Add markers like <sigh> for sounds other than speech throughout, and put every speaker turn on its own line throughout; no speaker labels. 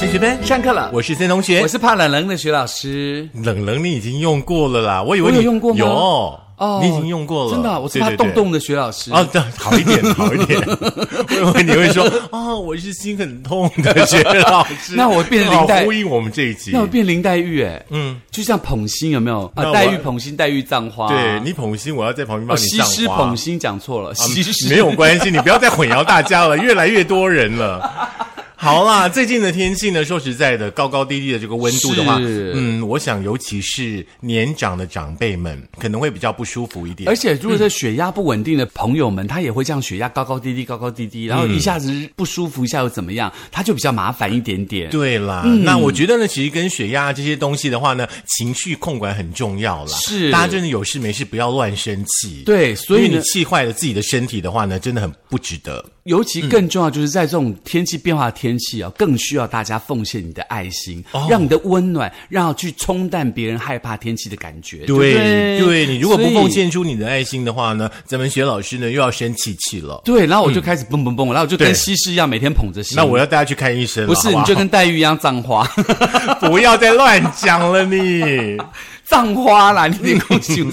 先学班，
上课了，
我是森同学，
我是怕冷冷的徐老师。
冷冷，你已经用过了啦，我以为
我
你
有用过吗哦
有你已经用过了，
真的啊、我是怕
对对
冻
对
冻的徐老师。
哦，对，好一点，好一
<laughs>
点。我以为你会说啊、我是心很痛的薛老师。
<laughs> 那我变成林
好
黛
呼应我们这一集。
那我变林黛玉哎、
嗯，
就像捧心有没有
那
啊？
我
黛玉捧心，黛玉葬花。
对你捧心，我要在旁边
哦，
帮你
西
葬
施
花啊
捧。心讲错了，西施
没有关系，你不要再混淆大家了，越来越多人了。
<laughs>
好啦，最近的天气呢，说实在的，高高低低的这个温度的话，
是
嗯，我想尤其是年长的长辈们可能会比较不舒服一点
而。且，如果是血压不稳定的朋友们，他也会这样，血压高高低低，高高低低，
嗯
然后一下子不舒服，一下又怎么样，他就比较麻烦一点点。
对啦，
嗯
那我觉得呢，其实跟血压这些东西的话呢，情绪控管很重要啦。
是
大家真的有事没事不要乱生气。，
对，所以
因为
呢
你，气坏了自己的身体的话呢，真的很不值得。
尤其
嗯
更重要，就是在这种天气变化的天气啊，更需要大家奉献你的爱心，
哦
让你的温暖，让去冲淡别人害怕天气的感觉。对不
对，
对
你如果不
所以
奉献出你的爱心的话呢，咱们学老师呢又要生气气了。
对，然后我就开始蹦蹦蹦，然后我
嗯
就
对
跟西施一样，每天捧着心。
那我要带他去看医生了。
不是
好
你
好
就跟黛玉一样葬花， <laughs>
<laughs> 不要再乱讲了你。
葬花啦，你得恭
<laughs>
喜我。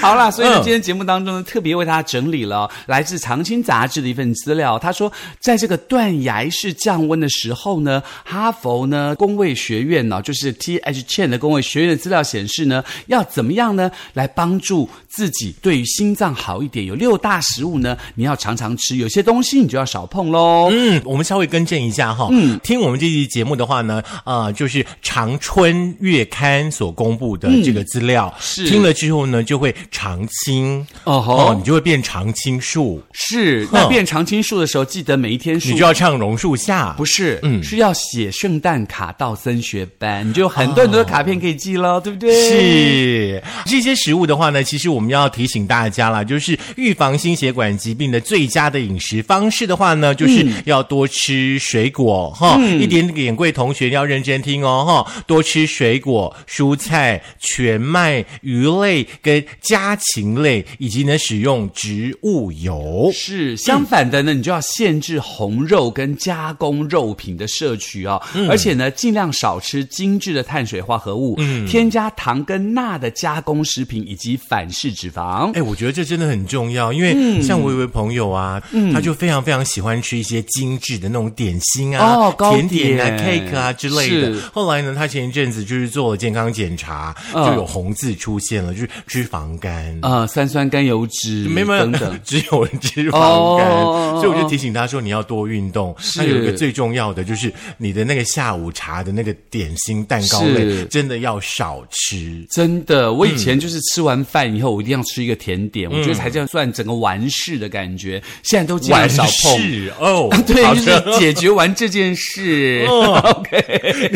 好啦，所以呢，
嗯
今天节目当中呢，特别为大家整理了哦来自《长青》杂志的一份资料。他说，在这个断崖式降温的时候呢，哈佛呢工卫学院哦呢，就是 T H Chan 的工卫学院的资料显示呢，要怎么样呢，来帮助自己对于心脏好一点？有六大食物呢，你要常常吃，有些东西你就要少碰喽。
<laughs> 嗯，我们稍微更正一下哈。嗯，听我们这期节目的话呢，啊，就是《长春月刊》所公布的这个资料，
嗯是
听了之后呢，就会长青
哦吼
你就会变常青树，
是，
哼
那变常青树的时候，记得每一天
你
树
就要唱榕树下，
不
是？
是，
嗯
是要写圣诞卡到升学班，你就有很多很多的卡片可以寄喽，对不对？。
是这些食物的话呢，其实我们要提醒大家啦，就是预防心血管疾病的最佳的饮食方式的话呢，就是要多吃水果哈、一点点贵同学要认真听哦哈，多吃水果、蔬菜、全麦、鱼类跟家禽类，以及呢使用植物油。
是，相反的呢，你就要限制红肉跟加工肉品的摄取哦，
嗯
而且呢，尽量少吃精致的碳水化合物、
嗯
添加糖跟钠的加工食品以及反式脂肪。
哎，我觉得这真的很重要，因
嗯
为像我有位朋友啊，他就非常非常喜欢吃一些精致的那种点心啊、
哦糕
甜点啊、
点
cake 啊之类的
是。
后来呢，他前一阵子就是做了健康检查，
嗯
就有红字出现了，就是脂肪肝。
呃，三酸甘油脂，
没有没有。
等等
<laughs> 只有脂肪肝，
哦
所以我就提醒他说你要多运动。那有一个最重要的就是你的那个下午茶的那个点心蛋糕类
是，
真的要少吃。
真的，我以前就是吃完饭以后，我一定要吃一个甜点，我觉得
嗯
才叫算整个完事的感觉。现在都尽量少碰。，
事哦
<laughs> 啊对，
好
就
的哦
是解决完这件事。OK，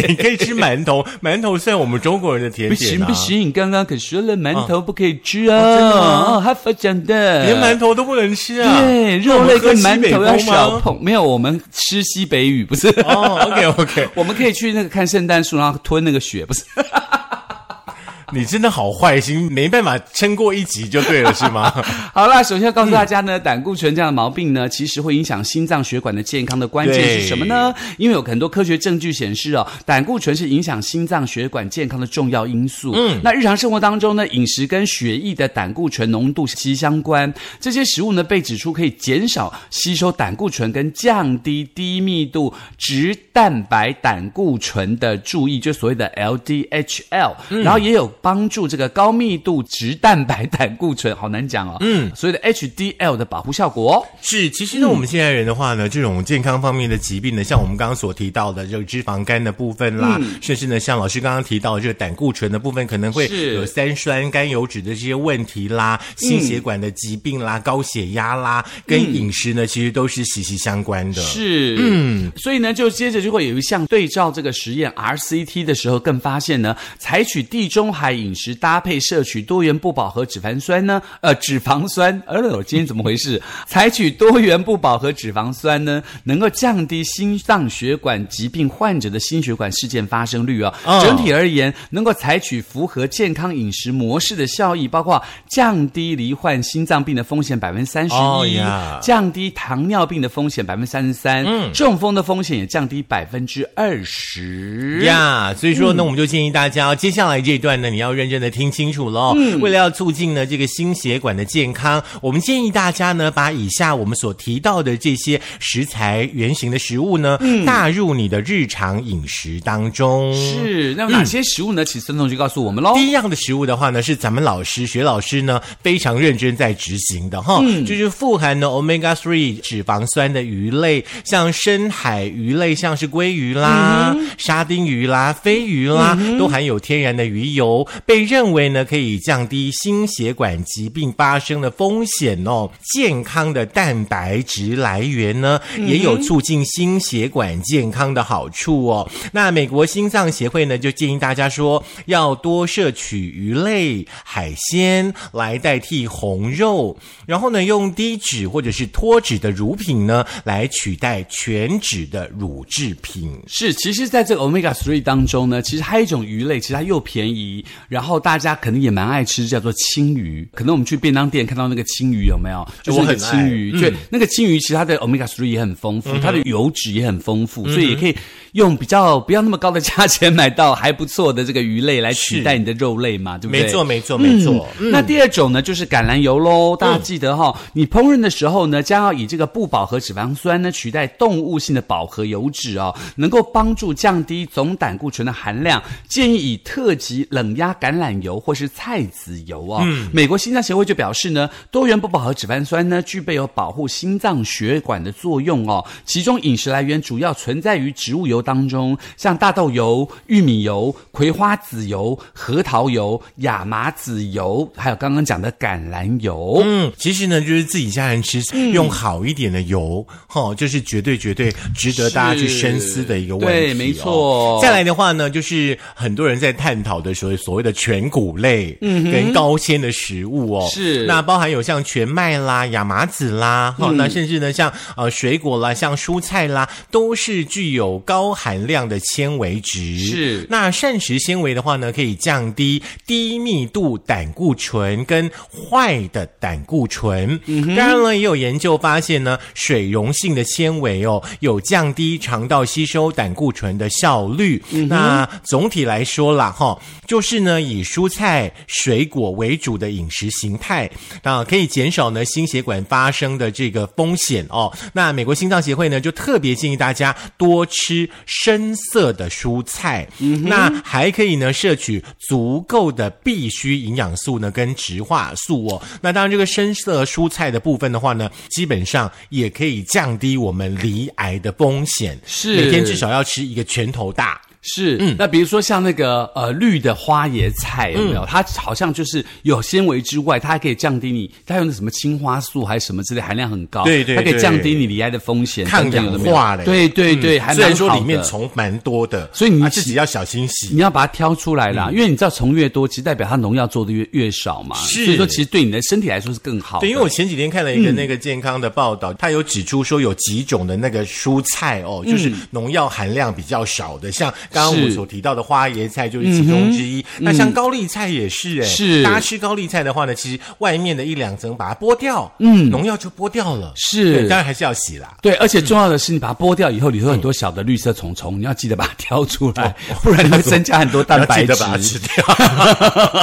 你可以吃馒头， <laughs> 馒头算我们中国人的甜
不
点
行
啊。
不，行，你刚刚可说了馒头不可以吃
哦真的吗
哦。哦，哈佛讲的，
连馒头都不能吃啊。
对
那我
肉
们喝
类跟
西
馒
北
头要
风吗
少。碰。没有，我们吃西北雨不是？
哦，OK OK，
<laughs> 我们可以去那个看圣诞树，然后吞那个雪，不是？ <laughs>
你真的好坏心，没办法撑过一集就对了，是吗？
好啦，首先要告诉大家呢，胆固醇这样的毛病呢，其实会影响心脏血管的健康的关键
对
是什么呢？因为有很多科学证据显示哦，胆固醇是影响心脏血管健康的重要因素。嗯，那日常生活当中呢，饮食跟血液的胆固醇浓度息息相关。这些食物呢，被指出可以减少吸收胆固醇跟降低低密度脂蛋白胆固醇的注意，就所谓的 LDHL，、然后也有帮助这个高密度脂蛋白胆固醇，好难讲哦。嗯，所谓的 HDL 的保护效果哦。
<laughs> 是，其实呢，我们现在人的话呢，这种健康方面的疾病呢，像我们刚刚所提到的这个脂肪肝的部分啦，甚至呢，像老师刚刚提到的这个胆固醇的部分，可能会
是
有三酸甘油脂的这些问题啦，心血管的疾病啦，高血压啦，跟饮食呢，其实都是息息相关的。
是，嗯，所以呢，就接着就会有一项对照这个实验 RCT 的时候，更发现呢，采取地中海态饮食搭配摄取多元不饱和脂肪酸呢？呃，脂肪酸，呃，我今天怎么回事？采取多元不饱和脂肪酸呢，能够降低心脏血管疾病患者的心血管事件发生率啊、
哦
整体而言，能够采取符合健康饮食模式的效益，包括降低罹患心脏病的风险百分之三十
哦
一
呀，
降低糖尿病的风险百分之三十三，
嗯
中风的风险也降低百分之二十。嗯
呀所以说呢，我们就建议大家、哦，接下来这一段呢，你要认真的听清楚喽。嗯，为了要促进呢这个心血管的健康，我们建议大家呢，把以下我们所提到的这些食材原型的食物呢，纳入你的日常饮食当中。。
嗯是，那么哪些食物呢？请孙总就告诉我们喽。
第一样的食物的话呢，是咱们老师学老师呢非常认真在执行的哈，就是富含呢 omega three 脂肪酸的鱼类，像深海鱼类，像是鲑鱼啦、沙丁鱼啦、飞鱼啦，都含有天然的鱼油，被认为呢可以降低心血管疾病发生的风险哦。健康的蛋白质来源呢，也有促进心血管健康的好处哦。那美国心脏协会呢，就建议大家说，要多摄取鱼类、海鲜来代替红肉，然后呢，用低脂或者是脱脂的乳品呢，来取代全脂的乳制品。
是，其实，在这个 omega three 当中呢，其实还有一种鱼类，其实它又便宜，然后大家可能也蛮爱吃，叫做青鱼。可能我们去便当店看到那个青鱼有没有？就是
哎我
那个
很爱嗯
青鱼，对，那个青鱼其实它的 omega three 也很丰富，它的油脂也很丰
嗯
富，所以也可以用比较不要那么高的价钱买到还不错的这个鱼类来取
是
代你的肉类嘛，对不对？嗯
没错，没错，没错。
那第二种呢，就是橄榄油喽。大家记得哈、你烹饪的时候呢，将要以这个不饱和脂肪酸呢取代动物性的饱和油脂哦，能够帮助降低总胆固醇的含量。建议以特级冷压橄榄油或是菜籽油哦。美国心脏协会就表示呢，多元不饱和脂肪酸呢，具备有保护心脏血管的作用哦。其中饮食来源主要存在于植物油当中，像大豆油、玉米油、葵花籽油、核桃油、亚麻籽油，还有刚刚讲的橄榄油。嗯
嗯，其实呢，就是自己家人吃，用好一点的油，哈、哦，就是绝对绝对值得大家去
是
深思的一个问题、哦
对没错
再来的话呢，就是很多人在探讨的所谓所谓的全谷类，嗯，跟高纤的食物哦，
是嗯
那包含有像全麦啦、亚麻籽啦，哈、那甚至呢像呃水果啦、像蔬菜啦，都是具有高含量的纤维质。
是
那膳食纤维的话呢，可以降低低密度胆固醇跟坏的胆固醇。嗯、当然了，也有研究发现呢，水溶性的纤维哦，有降低肠道吸收胆固醇的效率。那总体来说啦，哈、就是呢以蔬菜、水果为主的饮食形态，啊，可以减少呢心血管发生的这个风险哦。那美国心脏协会呢，就特别建议大家多吃深色的蔬菜，
嗯
那还可以呢摄取足够的必需营养素呢跟植化素哦。那当然，这个深色蔬菜的部分的话呢，基本上也可以降低我们离癌的风险，
是
每天至少要吃一个拳头大。
是，
嗯
那比如说像那个呃绿的花椰菜有没
嗯
有？它好像就是有纤维之外，它还可以降低你它用的什么青花素还是什么之类，含量很高，
对对
它可以
对
降低你离癌的风险，
抗
等等
氧
有的没有
化嘞嗯
对对对，还
虽
蛮
然说
好
里面
的
虫蛮多的，
所以你
啊自己要小心洗。
你要把它挑出来
嗯
啦，因为你知道虫越多，其实代表它农药做的越越少嘛，
是
所以说其实对你的身体来说是更好的。
对，因为我前几天看了一个那个健康的报道，它有指出说有几种的那个蔬菜哦，就是农药含量比较少的，像刚刚我
是
所提到的花椰菜就是其中之一。那像高丽菜也嗯是，哎，
是
大家吃高丽菜的话呢，其实外面的一两层把它剥掉，嗯，农药就剥掉了。
是
对当然还是要洗啦。
对，而且重要的是，你把它剥掉以后，里头有很多小的绿色虫虫，你要记得把它挑出来，不然你会增加很多蛋白
嗯哦要记
质
得。把它吃掉。
<laughs>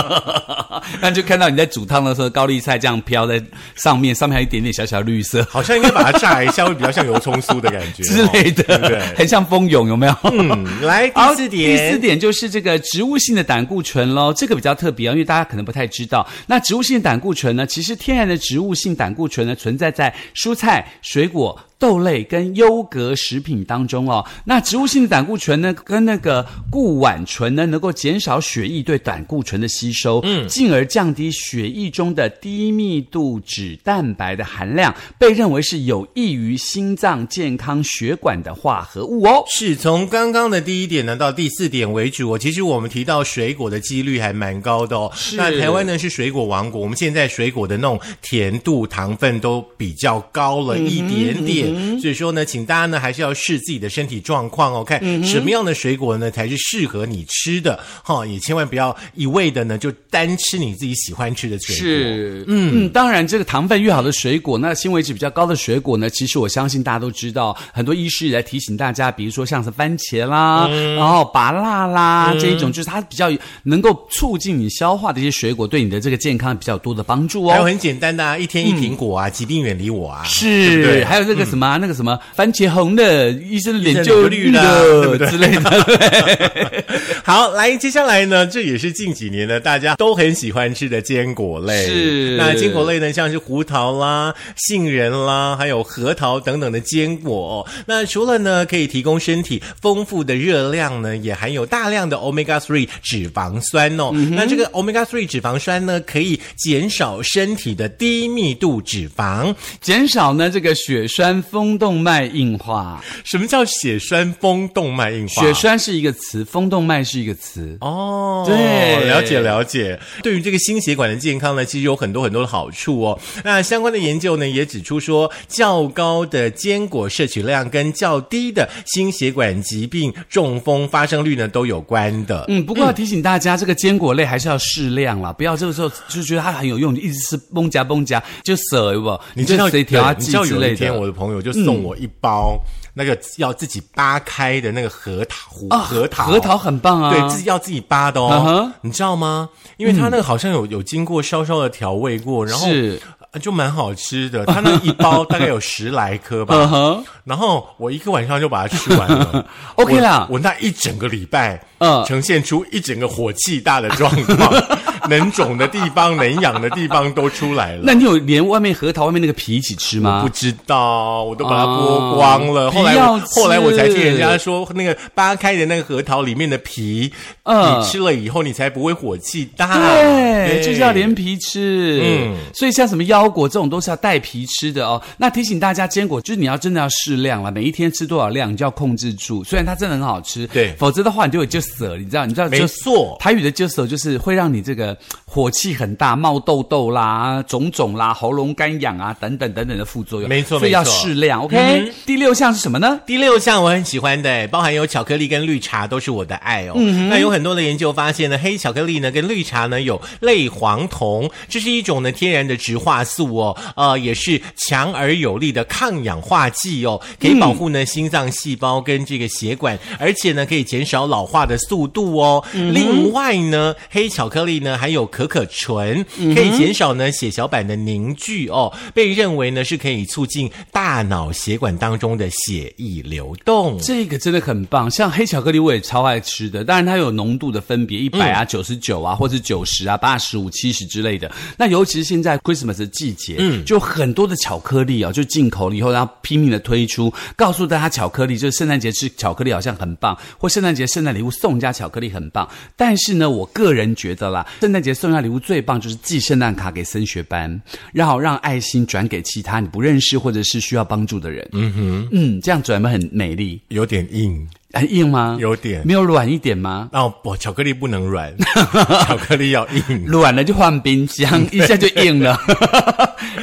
那就看到你在煮汤的时候，高丽菜这样飘在上面，上面还有一点点小小绿色
好像应该把它炸一下，会比较像油葱酥的感觉 <laughs>
之
哦
类
对不
的，
对？
很像蜂蛹，有没有？
嗯，来
好
第四点，
第四点就是这个植物性的胆固醇喽，这个比较特别啊，因为大家可能不太知道。那植物性胆固醇呢，其实天然的植物性胆固醇呢，存在在蔬菜、水果、豆类跟优格食品当中哦。那植物性的胆固醇呢，跟那个固烷醇呢，能够减少血液对胆固醇的吸收，嗯，进而降低血液中的低密度脂蛋白的含量，被认为是有益于心脏健康血管的化合物哦。
是从刚刚的第一点呢到第四点为主哦。其实我们提到水果的几率还蛮高的哦。那台湾呢是水果王国，我们现在水果的那种甜度、糖分都比较高
嗯
了一点点，所以说呢，请大家呢还是要视自己的身体状况哦，看
嗯
什么样的水果呢才是适合你吃的哈、也千万不要一味的呢就单吃你自己喜欢吃的水果。
是，嗯嗯，当然，这个糖分越好的水果，那纤维质比较高的水果呢，其实我相信大家都知道，很多医师也在提醒大家，比如说像是番茄啦，
嗯
然后芭辣啦、这一种，就是它比较能够促进你消化的一些水果，对你的这个健康比较有多的帮助
还有
哦。
很简单的、啊，一天一苹果啊，疾病远离我啊。
嗯是，
对不嗯对
还有那个什么啊、那个什么，番茄红的，医生的
医
脸
生脸就
就
绿
绿
了对不
了
对
之类的。 <laughs>
<laughs> 好，来，接下来呢，这也是近几年呢大家都很喜欢吃的坚果类。
是
那坚果类呢，像是胡桃啦、杏仁啦，还有核桃等等的坚果、哦。那除了呢可以提供身体丰富的热量呢，也含有大量的 omega three 脂肪酸哦。
嗯
那这个 omega three 脂肪酸呢，可以减少身体的低密度脂肪。
减少呢这个血栓风动脉硬化。
什么叫血栓风动脉硬化？
血栓是一个词，风动脉是一个词。
哦，
对
了解了解。对于这个心血管的健康呢，其实有很多很多的好处哦。那相关的研究呢，也指出说，较高的坚果摄取量跟较低的心血管疾病、中风发生率呢都有关的。
嗯，不过要提醒大家，这个坚果类还是要适量啦，不要这个时候就觉得它很有用，你一直吃崩夹崩夹就舍不，
你知
就
道，
谁调啊
对你
剂
知道
之
有
类
一天
的。
我的朋友就送我一包那个要自己扒开的那个核桃，核桃，
啊核桃很棒啊，
对自己要自己扒的
嗯
哦
哼，嗯
你知道吗？因为它那个好像有有经过稍稍的调味过，然后
是
呃就蛮好吃的。它那一包大概有十来颗
嗯
吧，
哼
然后我一个晚上就把它吃完
<laughs>
了。
，OK 啦
我，我那一整个礼拜，
嗯
呈现出一整个火气大的状况， <laughs> 能肿的地方、能痒的地方都出来了。
那你有连外面核桃外面那个皮一起吃
不
吗？
知道，我都把它剥
哦
光了。后来
不
我
要
后来我才听人
吃
家说，那个扒开的那个核桃里面的皮，
嗯
你吃了以后，你才不会火气大。
对，就是要连皮吃。
嗯
嗯，所以像什么腰果这种都是要带皮吃的哦。那提醒大家，坚果就是你要真的要适量了，每一天吃多少量你就要控制住。虽然它真的很好吃，
对
否则的话你就会就死了，你知道？你知道
没
就
错
台语的 j u 就是会让你这个火气很大、冒痘痘啦、肿肿啦、喉咙干痒啊等等等等的副作用。
没错
所以要
没错
适量。OK，、
嗯
第六项是什么呢？
<laughs> 第六项我很喜欢的，包含有巧克力跟绿茶都是我的爱哦。那有很多的研究发现呢，黑巧克力呢跟绿茶呢有类黄酮，这是一种呢天然的植化素哦，呃，也是强而有力的抗氧化剂哦，可以保护呢心脏细胞跟这个血管，而且呢可以减少老化的速度哦。另外呢，黑巧克力呢还有可可醇，可以减少呢血小板的凝聚哦，被认为呢是可以促进大脑血管当中的血液流动。
这个真的很棒，像黑巧克力我也超爱吃的，当然它有浓度的分别，一百啊、九十九啊，或者九十啊、八十五、七十之类的。那尤其是现在 Christmas 的季节，嗯，就很多的巧克力哦，就进口了以后，然后拼命的推出，告诉大家巧克力就是圣诞节吃巧克力好像很棒，或圣诞节圣诞礼物送人家巧克力很棒。但是呢，我个人觉得啦，圣诞节送人家礼物最棒就是寄圣诞卡给升学班，然后让爱心转给其他你不认识或者是需要帮助的人。嗯哼，嗯，这样转会很美丽。
有点硬
很硬吗？
有点
没有软一点吗？
哦，不，巧克力不能软，巧克力要硬。
软了就换冰
<laughs>
箱，一下就硬了，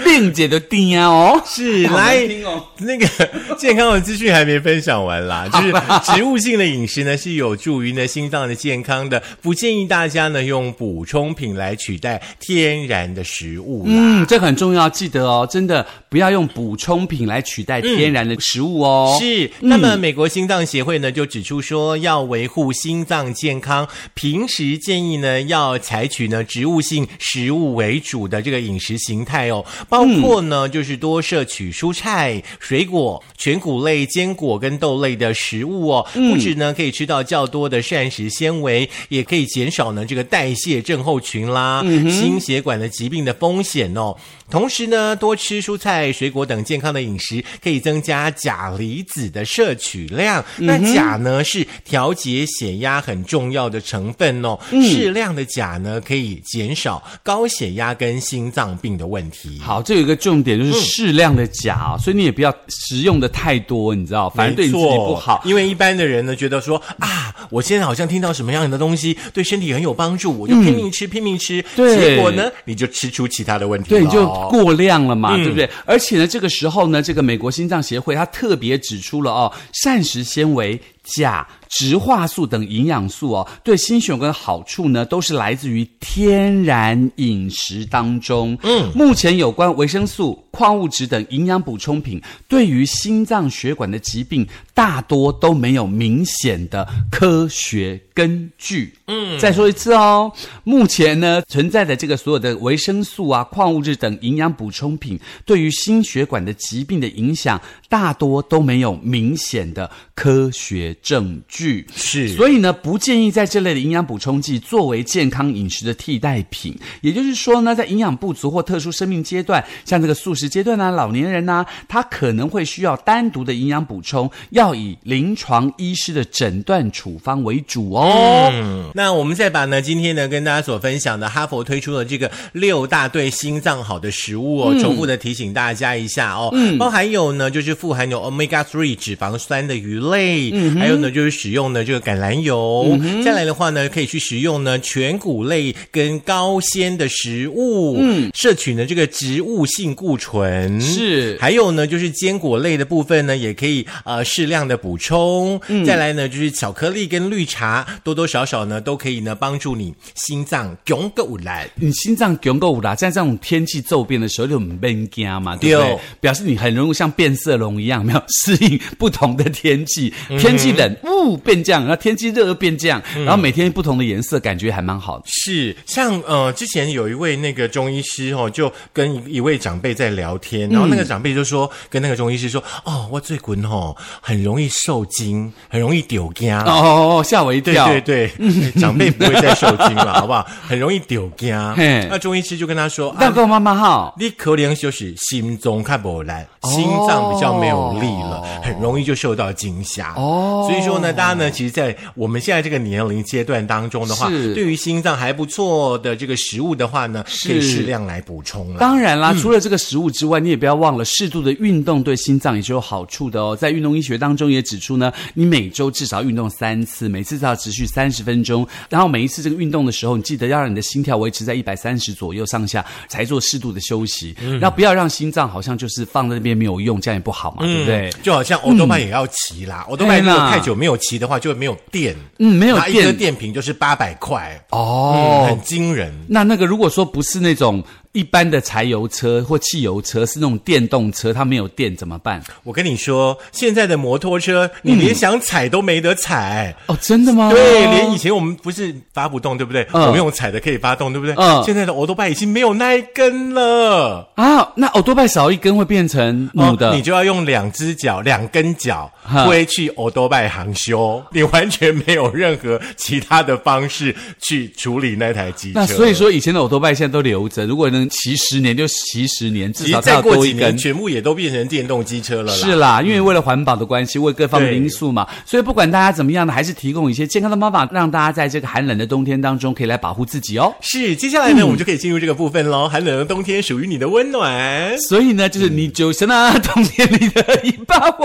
令姐的定啊哦。
是
好
来
难听哦
那个
<laughs>
健康的资讯还没分享完啦，就是植物性的饮食呢是有助于呢心脏的健康的，不建议大家呢用补充品来取代天然的食物啦。
嗯，这个很重要，记得哦，真的不要用补充品来取代天然的食物
嗯
哦。
是，那么美国心脏协会呢就指出说，要维护心脏健康，平时建议呢要采取呢植物性食物为主的这个饮食形态哦，包包括呢就是多摄取蔬菜、水果、全谷类、坚果跟豆类的食物哦，不止呢可以吃到较多的膳食纤维，也可以减少呢这个代谢症候群啦、心血管的疾病的风险哦。同时呢，多吃蔬菜、水果等健康的饮食，可以增加钾离子的摄取量。那钾呢是调节血压很重要的成分哦。适量的钾呢，可以减少高血压跟心脏病的问题。
好，这有一个重点
嗯
就是适量的钾、哦，所以你也不要食用的太多，你知道，反而对你自己不好。
因为一般的人呢，觉得说啊，我现在好像听到什么样的东西对身体很有帮助，我就拼命吃，拼命吃。
嗯对
结果呢，你就吃出其他的问题了。
对，你就
哦
过量了嘛，对不对？而且呢，这个时候呢，这个美国心脏协会它特别指出了哦，膳食纤维、钾、植化素等营养素哦，对心血管的好处呢，都是来自于天然饮食当中。嗯，目前有关维生素、矿物质等营养补充品，对于心脏血管的疾病，大多都没有明显的科学根据。嗯，再说一次哦，目前呢存在的这个所有的维生素啊、矿物质等营养补充品，对于心血管的疾病的影响，大多都没有明显的科学证据。
是
所以呢，不建议在这类的营养补充剂作为健康饮食的替代品。也就是说呢，在营养不足或特殊生命阶段，像这个素食阶段啊、老年人呐、他可能会需要单独的营养补充，要以临床医师的诊断处方为主哦。
那我们再把呢，今天呢跟大家所分享的哈佛推出的这个六大对心脏好的食物哦，重复的提醒大家一下哦，包含有呢就是富含有 omega three 脂肪酸的鱼类，还有呢就是使用呢这个橄榄油，再来的话呢可以去食用呢全谷类跟高纤的食物，嗯，摄取呢这个植物性固醇
是
还有呢就是坚果类的部分呢也可以呃适量的补充，
嗯
再来呢就是巧克力跟绿茶多多少少呢都可以呢帮助你心脏永个五来。
你心脏强够啦，在这种天气骤变的时候就很变惊嘛，对不
对
对？表示你很容易像变色龙一样，有没有 <laughs> 适应不同的天气。
嗯
天气冷，呜、变这样；然后天气热又变这样，然后每天不同的颜色，感觉还蛮好的。
是，像呃，之前有一位那个中医师哦，就跟一一位长辈在聊天，
嗯
然后那个长辈就说，跟那个中医师说，哦，我最近哦，很容易受惊，很容易丢家。
哦，吓我一
对
跳！
啊对
<laughs>
对，长辈不会再受惊了，好不好？很容易丢家
<laughs> 嘿。
那中医师就跟他说，
大
啊，
哥妈妈好，
你可能就是心中看不来，
哦
心脏比较没有力了，很容易就受到惊吓。
哦
所以说呢，大家呢，其实，在我们现在这个年龄阶段当中的话，
是
对于心脏还不错的这个食物的话呢，
是
可以适量来补充了。
当然啦，除了这个食物之外，你也不要忘了适度的运动对心脏也是有好处的哦。在运动医学当中也指出呢，你每周至少运动三次，每次至少持续三十分钟，然后每一次这个运动的时候，你记得要让你的心跳维持在一百三十左右上下，才做适度的休息，
嗯
然后不要让心脏好像就是放在那边没有用，这样也不好嘛，
嗯
对不对？
就好像欧多麦也要骑啦，欧多麦如果
对啦
太久没有骑的话，就会没有电。
嗯，没有
拿一个
电
电瓶就是八百块，嗯
哦。
很惊人。
那那个如果说不是那种一般的柴油车或汽油车，是那种电动车，它没有电怎么办？
我跟你说，现在的摩托车，你连想踩都没得踩。
哦，真的吗？
对，连以前我们不是发不动，对不对？
嗯
我们用踩的可以发动，对不对？
嗯
现在的欧多拜已经没有那一根了，
啊，那欧多拜少一根会变成母的，
哦你就要用两只脚、两根脚
嗯哈
挥去欧多拜航修， <laughs> 你完全没有任何其他的方式去处理那台机车。
那所以。说以前的欧多拜现在都留着，如果能骑十年就骑十年，至
其
少
实再
它要
过
多
几
一
年，
根。
全部也都变成电动机车了啦。
是啦，因为为了环保的关系，为各方面的因素嘛，所以不管大家怎么样呢，还是提供一些健康的方法，让大家在这个寒冷的冬天当中可以来保护自己哦。
是，接下来呢，我们就可以进入这个部分喽。寒冷的冬天属于你的温暖。
所以呢，就是你就是那冬天里的一把火。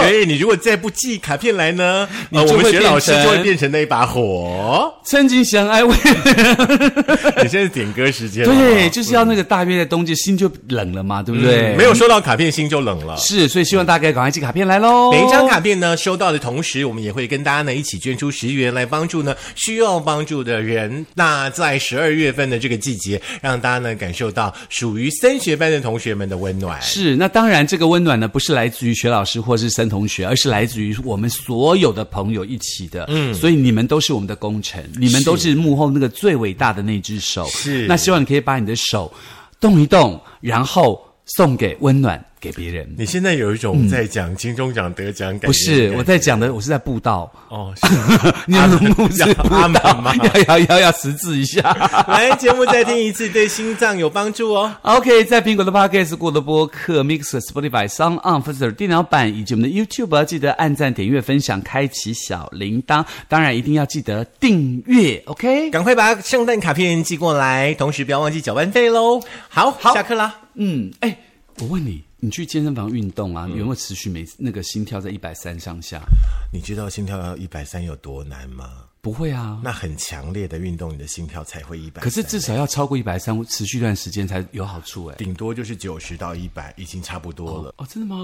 哎，你如果再不寄卡片来呢，呃，
你就
我
会
们学老师
变成
就会变成那一把火。
曾经相爱为，
<laughs> 你现在是点歌时间了吗，
<laughs> 对，就是要那个大约在冬季心就冷了嘛，对不
嗯
对？哦
没有收到卡片心就冷了。
是，所以希望大家赶快寄卡片来喽。
每一张卡片呢，收到的同时，我们也会跟大家呢一起捐出十元来帮助呢需要帮助的人。那在十二月份的这个季节，让大家呢感受到属于升学班的同学们的温暖。
是，那当然，这个温暖呢，不是来自于学老师或是森同学，而是来自于我们所有的朋友一起的。嗯，所以你们都是我们的功臣，你们都是幕后那个最伟大的那只手。
是
那希望你可以把你的手动一动，然后。送给温暖给别人。
你现在有一种在讲金钟奖得奖感觉，
不是我在讲的，我是在布道。
哦，是
<laughs> 你们不是布
<laughs> 阿门
道
吗，
要要要要识字一下。
来节目再听一次，对心脏有帮助哦。
OK，在苹果的 Podcast、过的播客、Mixer、Spotify、Sound On、f i z e r 电脑版以及我们的 YouTube，记得按赞、点阅、分享、开启小铃铛，当然一定要记得订阅。OK，
赶快把圣诞卡片寄过来，同时不要忘记缴班费喽。好，
好
下课啦。
嗯，哎，我问你，你去健身房运动啊，有没有持续每那个心跳在一百三上下？
你知道心跳要一百三有多难吗？
不会啊，
那很强烈的运动，你的心跳才会一百。
可是至少要超过一百三，持续一段时间才有好处哎、
顶多就是九十到一百，已经差不多了。
哦，真的吗？